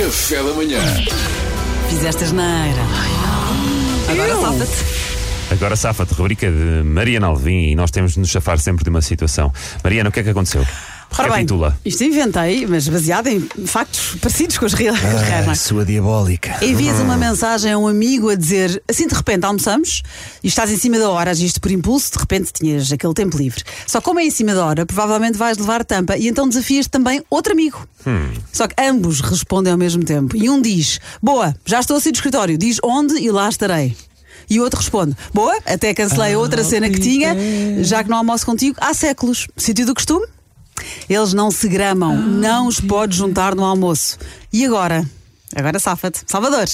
Café da manhã. Fizeste asneira. Agora safa-te. Agora safa-te, rubrica de Mariana Alvim e nós temos de nos safar sempre de uma situação. Mariana, o que é que aconteceu? Ora bem, Recapitula. isto inventei, mas baseado em factos parecidos com os reais. Ah, sua diabólica. Hum. Envias uma mensagem a um amigo a dizer assim de repente almoçamos e estás em cima da hora, agiste por impulso, de repente tinhas aquele tempo livre. Só como é em cima da hora, provavelmente vais levar tampa e então desafias também outro amigo. Hum. Só que ambos respondem ao mesmo tempo e um diz: Boa, já estou a sair do escritório, diz onde e lá estarei. E o outro responde: Boa, até cancelei Ah, outra cena que tinha, já que não almoço contigo há séculos. Sítio do costume? Eles não se gramam, não os podes juntar no almoço. E agora? Agora safa-te. Salvador.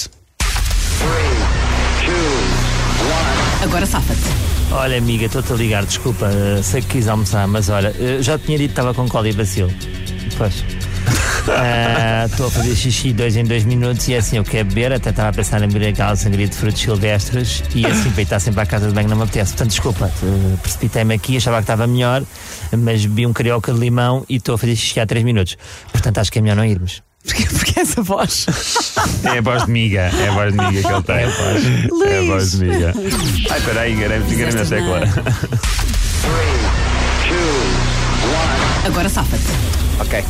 Agora safa-te. Olha, amiga, estou-te a ligar, desculpa, eh, sei que quis almoçar, mas olha, eh, já te tinha dito que estava com cólido bacilo. Pois. Ah, Estou a fazer xixi dois em dois minutos e é assim eu quero beber, até estava a pensar em beber aquela sangria de frutos silvestres e é assim para ir estar sempre à casa de banho não me apetece. Portanto, desculpa, eh, precipitei-me aqui, achava que estava melhor, mas bebi um carioca de limão e estou a fazer xixi há três minutos. Portanto, acho que é melhor não irmos. Porquê, porquê essa voz? É a voz de miga, é a voz de miga que ele tem. É a voz, é a Luís. voz de miga. Ai, peraí, enganei-me, enganei-me na Fizeste tecla. Agora safa-te. Ok. Estou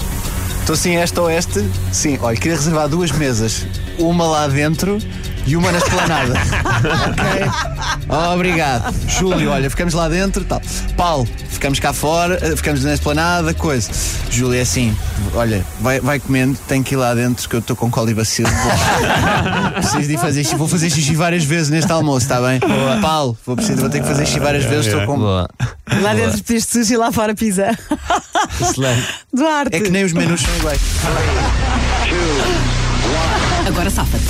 Então, sim, esta ou este? Sim, olha, queria reservar duas mesas. Uma lá dentro e uma na esplanada. ok? Oh, obrigado. Júlio, olha, ficamos lá dentro, tal. Paulo, ficamos cá fora, eh, ficamos na esplanada, coisa. Júlio é assim, olha, vai, vai comendo, tenho que ir lá dentro que eu estou com colibacilo. Vou- Preciso de ir fazer xixi. Vou fazer xixi várias vezes neste almoço, está bem? Paulo, vou, precisar, vou ter que fazer xixi várias vezes, estou com. Boa. Lá dentro pediste sushi e lá fora pizza. Excelente. Duarte. É que nem os menus são iguais. Agora safa-te.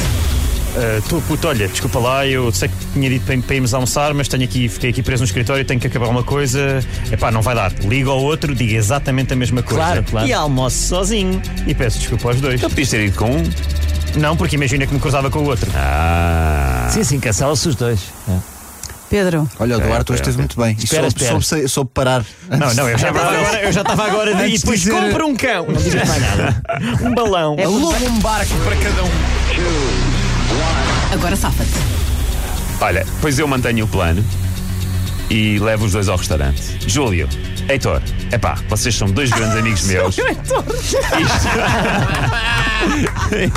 Estou Eh, puto, olha, desculpa lá, eu sei que tinha dito para, para irmos almoçar, mas tenho aqui, fiquei aqui preso no escritório, tenho que acabar uma coisa. Epá, não vai dar. Liga ao outro, diga exatamente a mesma coisa. Claro, claro. E almoço sozinho. E peço desculpa aos dois. Eu podias ter ido com um. Não, porque imagina que me cruzava com o outro. Ah, Sim, sim, cancela-se os dois. É. Pedro. Olha, o Duarte hoje esteve muito bem. E Espera, soube, espera. soube sa- soube parar. Não, não, eu já estava um. agora, eu já estava agora de, e Antes de depois dizer- compra um cão. Não dizes mais nada. Um balão. Alugou um barco para cada um. Agora safa-te. olha, pois eu mantenho o plano e levo os dois ao restaurante. Júlio, Heitor, epá, vocês são dois grandes amigos meus.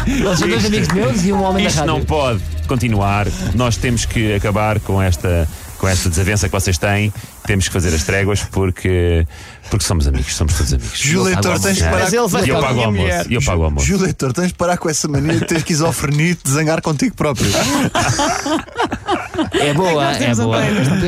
Eles são dois amigos meus e um homem da Isto rádio. não pode continuar. Nós temos que acabar com esta, com esta desavença que vocês têm. Temos que fazer as tréguas porque, porque somos amigos, somos todos amigos. Júlio Eu pago Heitor, o tens almoço. que parar com- E eu pago o almoço. E eu pago o almoço. Júlio Leitor, tens de parar com essa mania de ter esquizofrenia e de zangar contigo próprio. É boa, é, boa.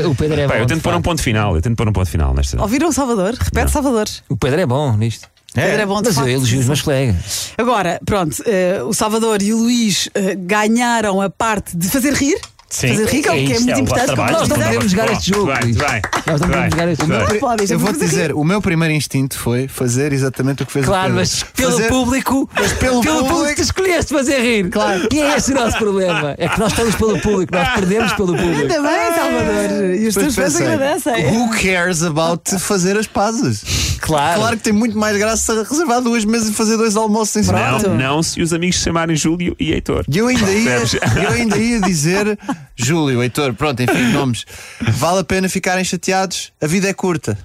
O Pedro é bom. um Pá, eu tento de pôr um facto. ponto final. Eu tento pôr um ponto final Oh, nesta. Ouviram o Salvador? Repete, Salvador. O Pedro é bom nisto. Pedro é bom de Mas eu facto. elogio os meus colegas. Agora, pronto, eh, o Salvador e o Luís eh, ganharam a parte de fazer rir. Sim. Fazer rir, que é, o que é Isto muito um importante. trabalho, como nós isto é um não trabalho. devemos jogar este jogo, Vai, Luís. vai, Nós vai, não podemos jogar este vai. jogo. Podem, Eu vamos vou-te fazer rir. dizer, o meu primeiro instinto foi fazer exatamente o que fez Claro, o Pedro. mas pelo Fazer- público. Mas pelo público. tu escolheste fazer rir. Claro. E é esse o nosso problema. É que nós estamos pelo público, nós perdemos pelo público. Ainda bem, Salvador. E os Depois teus fãs pensei, agradecem. Who cares about fazer as pazes? Claro. Claro que tem muito mais graça reservar duas mesas e fazer dois almoços em cima. Não, Pronto. não se os amigos se chamarem Júlio e Heitor. E eu ainda ia, Percebes? eu ainda ia dizer, Júlio, Heitor, pronto, enfim, nomes. Vale a pena ficarem chateados, a vida é curta.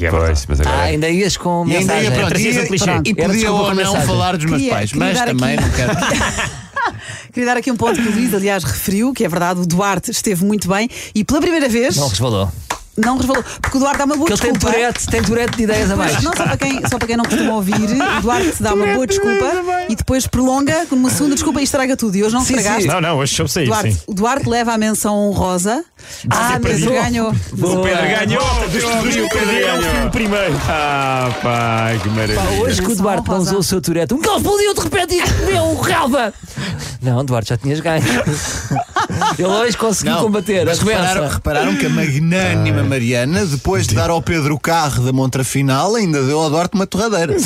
é Pois, mas Ah, agora. ainda ias com E ainda mensagem. ia, pronto, Trazias ia- um clichê. pronto, e Era podia desculpa ou com não mensagem. falar dos meus Queria- pais, queria mas dar também aqui- não quero. Queria dar aqui um ponto que o Luís, aliás, referiu, que é verdade, o Duarte esteve muito bem e pela primeira vez Não resvalou. não resvalou. Porque o Duarte dá uma boa Porque ele tem desculpa. Tourette, tem Tourette de ideias a mais. Pois, não só para, quem, só para quem não costuma ouvir, o Duarte dá uma boa desculpa e depois prolonga com uma segunda desculpa e estraga tudo. E hoje não Sim, estragaste. sim. Não, não, hoje soube sair, Duarte, sim. o Duarte leva a menção honrosa. Ah, mas perdido. ganhou. Boa. ganhou! Descobri o Pedro é o primeiro. Ah, pá, que maravilha. Hoje que o Duarte não usou o seu Tourette, um golpe explodiu de repente e comeu o relva. Não, Duarte, já tinhas ganho. Ele hoje conseguiu combater. mas a repararam, doença. repararam que a magnânima Mariana, depois de dar ao Pedro o carro da montra final, ainda deu ao Duarte uma torradeira. O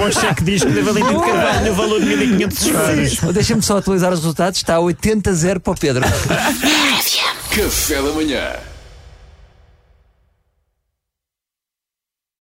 bom cheque diz que deu Valentim de Carvalho no valor de 1500 euros. Deixa-me só atualizar os resultados. Está 80-0 para o Pedro. Café da manhã.